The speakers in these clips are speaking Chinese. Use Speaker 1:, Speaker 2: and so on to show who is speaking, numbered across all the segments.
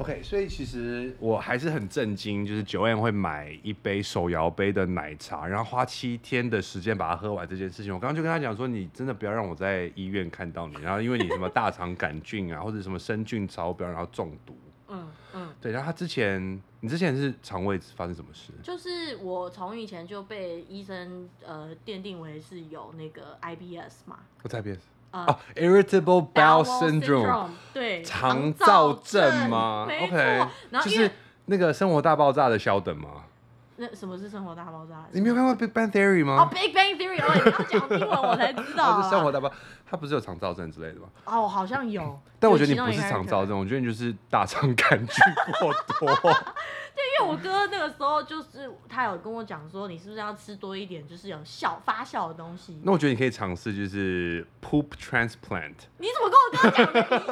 Speaker 1: OK，所以其实我还是很震惊，就是九 N 会买一杯手摇杯的奶茶，然后花七天的时间把它喝完这件事情。我刚刚就跟他讲说，你真的不要让我在医院看到你，然后因为你什么大肠杆菌啊，或者什么生菌超标，然后中毒。
Speaker 2: 嗯嗯，
Speaker 1: 对，然后他之前，你之前是肠胃发生什么事？
Speaker 2: 就是我从以前就被医生呃奠定为是有那个 IBS 嘛，
Speaker 1: 我在变
Speaker 2: 呃、
Speaker 1: 啊，irritable bowel syndrome。
Speaker 2: 对，
Speaker 1: 肠
Speaker 2: 燥
Speaker 1: 燥症吗
Speaker 2: 没错。
Speaker 1: ？OK，
Speaker 2: 然
Speaker 1: 就
Speaker 2: 后因为
Speaker 1: 是那个《生活大爆炸》的肖等吗？
Speaker 2: 那什么是生活大爆炸？
Speaker 1: 你没有看过《Big Bang Theory》
Speaker 2: 哦
Speaker 1: 吗？
Speaker 2: ，Big Bang Theory，哦，你要讲英文我才知道
Speaker 1: 它是生活
Speaker 2: 啊。
Speaker 1: 大爆，它不是有肠燥症之类的吗？
Speaker 2: 哦，好像有。
Speaker 1: 但我
Speaker 2: 有
Speaker 1: 觉得
Speaker 2: 其
Speaker 1: 你
Speaker 2: 中
Speaker 1: 不
Speaker 2: 一
Speaker 1: 是
Speaker 2: 个
Speaker 1: 肠
Speaker 2: character
Speaker 1: 燥症，我觉得你就是大肠杆菌过 多。
Speaker 2: 因为我哥那个时候就是他有跟我讲说，你是不是要吃多一点，就是有效发酵的东西。
Speaker 1: 那我觉得你可以尝试就是 poop transplant，
Speaker 2: 你怎么跟我哥讲的一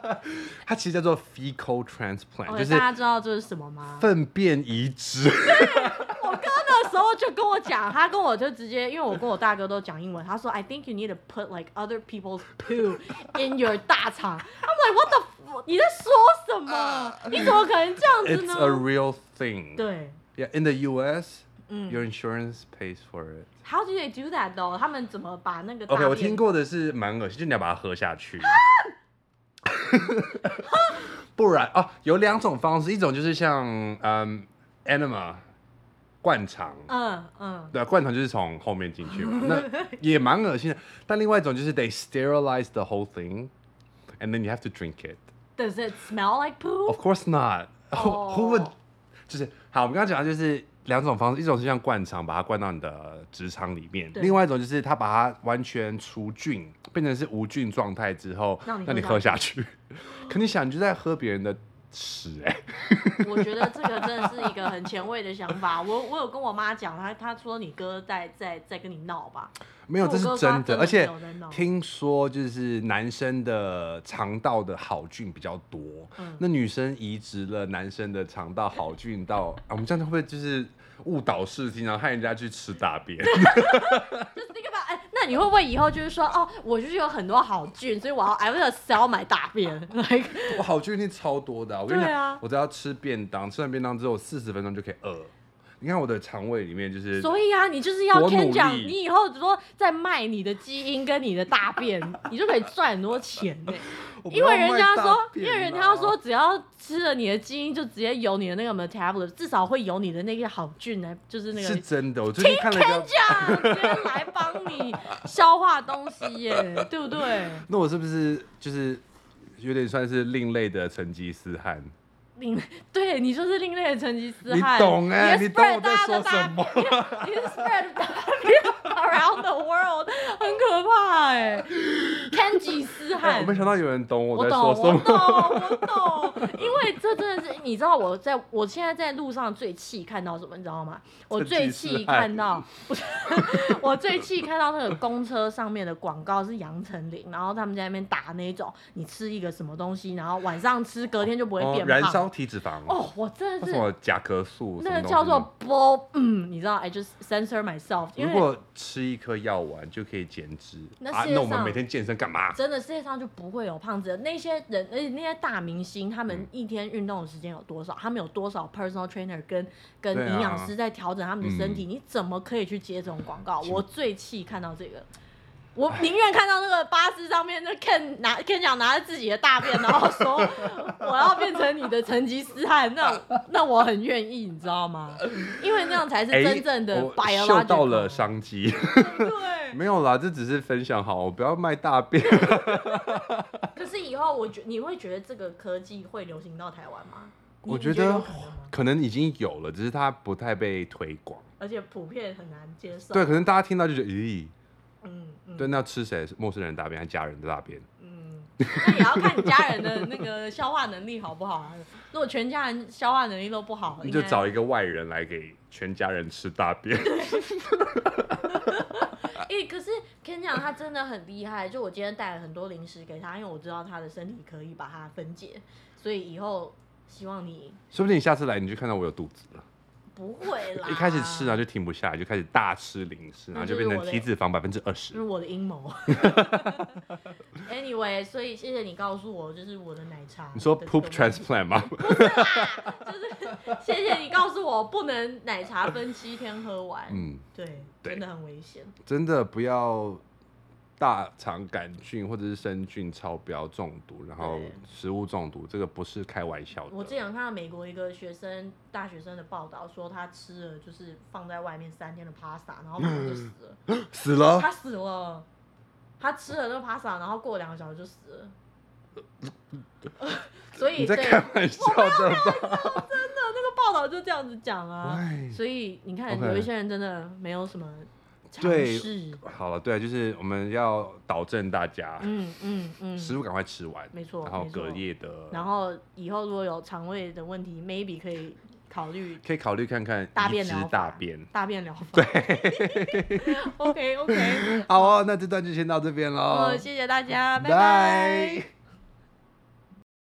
Speaker 2: 样？
Speaker 1: 它其实叫做 fecal transplant，
Speaker 2: OK，
Speaker 1: 就是
Speaker 2: 哦大家知哦道这是什么吗？
Speaker 1: 粪便移植。
Speaker 2: 我哥那时候就跟我讲，他跟我就直接，因为我跟我大哥都讲英文，他说 I think you need to put like other people's poo in your 大肠。I'm like what the？f- 你在说什么？你怎么可能这样子
Speaker 1: It's a
Speaker 2: 呢？
Speaker 1: real thing.
Speaker 2: 对，
Speaker 1: Yeah, in the U.S.,
Speaker 2: 嗯
Speaker 1: your insurance pays for it.
Speaker 2: How do they do that though？他们怎么把那个大
Speaker 1: OK，
Speaker 2: 便
Speaker 1: 我听过的是蛮恶心，就你要把它喝下 去。 不然哦，有两种方式，一种就是像嗯，enema 灌肠，
Speaker 2: 嗯嗯，
Speaker 1: 对啊，灌肠就是从后面进去嘛，那也蛮恶心的。但另外一种就是 they sterilize the whole thing。And then you have to drink it.
Speaker 2: Does it smell like poo？
Speaker 1: Of course not.
Speaker 2: Oh.
Speaker 1: Who would？就是好，我们刚刚讲的就是两种方式，一种是像灌肠，把它灌到你的直肠里面；，
Speaker 2: 对
Speaker 1: 另外一种就是它把它完全除菌，变成是无菌状态之后，
Speaker 2: 让你
Speaker 1: 让你
Speaker 2: 喝
Speaker 1: 喝下去。 可你想，你就在喝别人的屎哎、
Speaker 2: 我觉得这个真的是一个很前卫的想法。我我有跟我妈讲，她她说你哥在在在跟你闹吧。
Speaker 1: 没有，
Speaker 2: 我
Speaker 1: 这是
Speaker 2: 哥
Speaker 1: 真
Speaker 2: 他
Speaker 1: 的，
Speaker 2: 真的
Speaker 1: 而且
Speaker 2: 有在闹
Speaker 1: 听说就是男生的肠道的好菌比较多，
Speaker 2: 嗯
Speaker 1: 那女生移植了男生的肠道好菌到， 啊、我们这样会不会就是误导视听，然后害人家去吃大便？
Speaker 2: Just think about，哎，那你会不会以后就是说，哦，我就是有很多好菌，所以我要 I will sell 买大便，like
Speaker 1: 我好菌一定超多的啊、我跟你
Speaker 2: 对
Speaker 1: 讲，
Speaker 2: 啊
Speaker 1: 我只要吃便当，吃完便当之后四十分钟就可以饿。你看我的肠胃里面就是，
Speaker 2: 所以啊，你就是要
Speaker 1: 多努力
Speaker 2: 天讲，你以后说在卖你的基因跟你的大便，你就可以赚很多钱 呢、
Speaker 1: 我不
Speaker 2: 因为
Speaker 1: 要
Speaker 2: 人
Speaker 1: 卖
Speaker 2: 家
Speaker 1: 大
Speaker 2: 说，因
Speaker 1: 便
Speaker 2: 为人
Speaker 1: 啊
Speaker 2: 家说，只要吃了你的基因，就直接有你的那个 metabolism，至少会有你的那些好菌呢，就是那个
Speaker 1: 是真的。我最近看了一
Speaker 2: 天
Speaker 1: 个，
Speaker 2: 讲，直接来帮你消化东西耶，对不对？
Speaker 1: 那我是不是就是有点算是另类的成吉思汗？
Speaker 2: 另 对你就是另类的成吉思汗，
Speaker 1: 你懂哎
Speaker 2: 你
Speaker 1: 你
Speaker 2: 的
Speaker 1: 懂我在
Speaker 2: spread 大家
Speaker 1: 说
Speaker 2: 的大
Speaker 1: 什么
Speaker 2: 你的你的 spread 大家 around the world 很可怕哎、成吉思汗。
Speaker 1: 哎我没想到有人懂
Speaker 2: 我
Speaker 1: 我在说
Speaker 2: 懂，
Speaker 1: 什
Speaker 2: 我
Speaker 1: 么。
Speaker 2: 懂，我懂，因为这真的是，你知道我在我现在在路上最气看到什么，你知道吗？我最
Speaker 1: 成
Speaker 2: 气
Speaker 1: 吉思汗
Speaker 2: 看到， 不是，我最气看到那个公车上面的广告是杨丞琳，然后他们在那边打那种，你吃一个什么东西，然后晚上吃，隔天就不会
Speaker 1: 哦
Speaker 2: 变
Speaker 1: 燃
Speaker 2: 胖。
Speaker 1: 烧体脂肪，啊
Speaker 2: 哦，我真的
Speaker 1: 为什
Speaker 2: 是
Speaker 1: 么甲壳素？
Speaker 2: 那
Speaker 1: 什么
Speaker 2: 个
Speaker 1: 东西
Speaker 2: 叫
Speaker 1: 吗
Speaker 2: 做波，嗯，你知道，I just censor myself，因
Speaker 1: 如
Speaker 2: 为
Speaker 1: 果吃一颗药丸就可以减脂，
Speaker 2: 那
Speaker 1: 啊，
Speaker 2: 世界
Speaker 1: 那我们
Speaker 2: 上
Speaker 1: 每天健身干嘛？
Speaker 2: 真的世界上就不会有胖子。那些人，而且那些大明星，他
Speaker 1: 嗯
Speaker 2: 们一天运动的时间有多少？他们有多少 personal trainer 跟跟
Speaker 1: 对啊嗯
Speaker 2: 营养师在调整他们的身体？你怎么可以去接这种广告？我最气看到这个。我宁愿看到那个 巴士上面那 Ken 拿 Ken 讲拿着自己的大便，然后说我要变成你的成吉思汗， 那那我很愿意，你知道吗？因为那样才是
Speaker 1: 哎
Speaker 2: 真正的
Speaker 1: 我
Speaker 2: biological。
Speaker 1: 嗅到了商机。
Speaker 2: 对，
Speaker 1: 没有啦，这只是分享好，我不要卖大便。
Speaker 2: 可是以后我觉你会觉得这个科技会流行到台湾吗？你
Speaker 1: 我
Speaker 2: 你
Speaker 1: 觉
Speaker 2: 觉有
Speaker 1: 得
Speaker 2: 可能吗
Speaker 1: 可能已经有了，只是它不太被推广。
Speaker 2: 而且普遍很难接受。
Speaker 1: 对，可能大家听到就觉得，咦，
Speaker 2: 嗯嗯
Speaker 1: 对，那要吃谁？陌生人的大便还是家人的大便？
Speaker 2: 嗯，那也要看你家人的那个消化能力好不好啊。如果全家人消化能力都不好，
Speaker 1: 你
Speaker 2: 应
Speaker 1: 就
Speaker 2: 该
Speaker 1: 找一个外人来给全家人吃大便。
Speaker 2: 诶、可是 Ken 讲他真的很厉害，就我今天带了很多零食给他，因为我知道他的身体可以把它分解，所以以后希望你
Speaker 1: 说不定你下次来，你就看到我有肚子了。
Speaker 2: 不会啦。嗯
Speaker 1: 一开始吃啊然后就停不下来，就开始大吃零食，然后就变成体脂肪百分之二
Speaker 2: 就是
Speaker 1: 十。
Speaker 2: 我的阴 谋。anyway，所以谢谢你告诉我，就是我的奶茶的这个问题。
Speaker 1: 你说 poop transplant 吗？
Speaker 2: 谢谢你告诉我，不能奶茶分七天喝完。
Speaker 1: 嗯，
Speaker 2: 对，
Speaker 1: 对
Speaker 2: 真的很危险。
Speaker 1: 真的不要大肠杆菌或者是生菌超标中毒，然后
Speaker 2: 对
Speaker 1: 食物中毒，这个不是开玩笑的。
Speaker 2: 我之前有看到美国一个学生大学生的报道，说他吃了就是放在外面三天的 pasta，然后 马上就死了，
Speaker 1: 死了，
Speaker 2: 他死了。他吃了那个 pasta，然后过两个小时就死 了。所以
Speaker 1: 你在
Speaker 2: 对
Speaker 1: 开玩笑的吧？
Speaker 2: 真的那个报道就这样子讲啊。
Speaker 1: 喂
Speaker 2: 所以你看，
Speaker 1: OK
Speaker 2: 有一些人真的没有什么尝
Speaker 1: 对
Speaker 2: 试。
Speaker 1: 好了，对，啊就是我们要导正大家，
Speaker 2: 嗯嗯嗯，
Speaker 1: 食物赶快吃完，
Speaker 2: 没错
Speaker 1: 然后
Speaker 2: 没错
Speaker 1: 隔夜的，
Speaker 2: 然后以后如果有肠胃的问题，maybe 可以考虑
Speaker 1: 可以考虑看看
Speaker 2: 大
Speaker 1: 移
Speaker 2: 便
Speaker 1: 植
Speaker 2: 疗法
Speaker 1: 大便。
Speaker 2: 大便疗法。对 ，OK OK，
Speaker 1: 好哦，那这段就先到这边喽
Speaker 2: 哦，，谢谢大家，拜
Speaker 1: 拜
Speaker 2: 拜。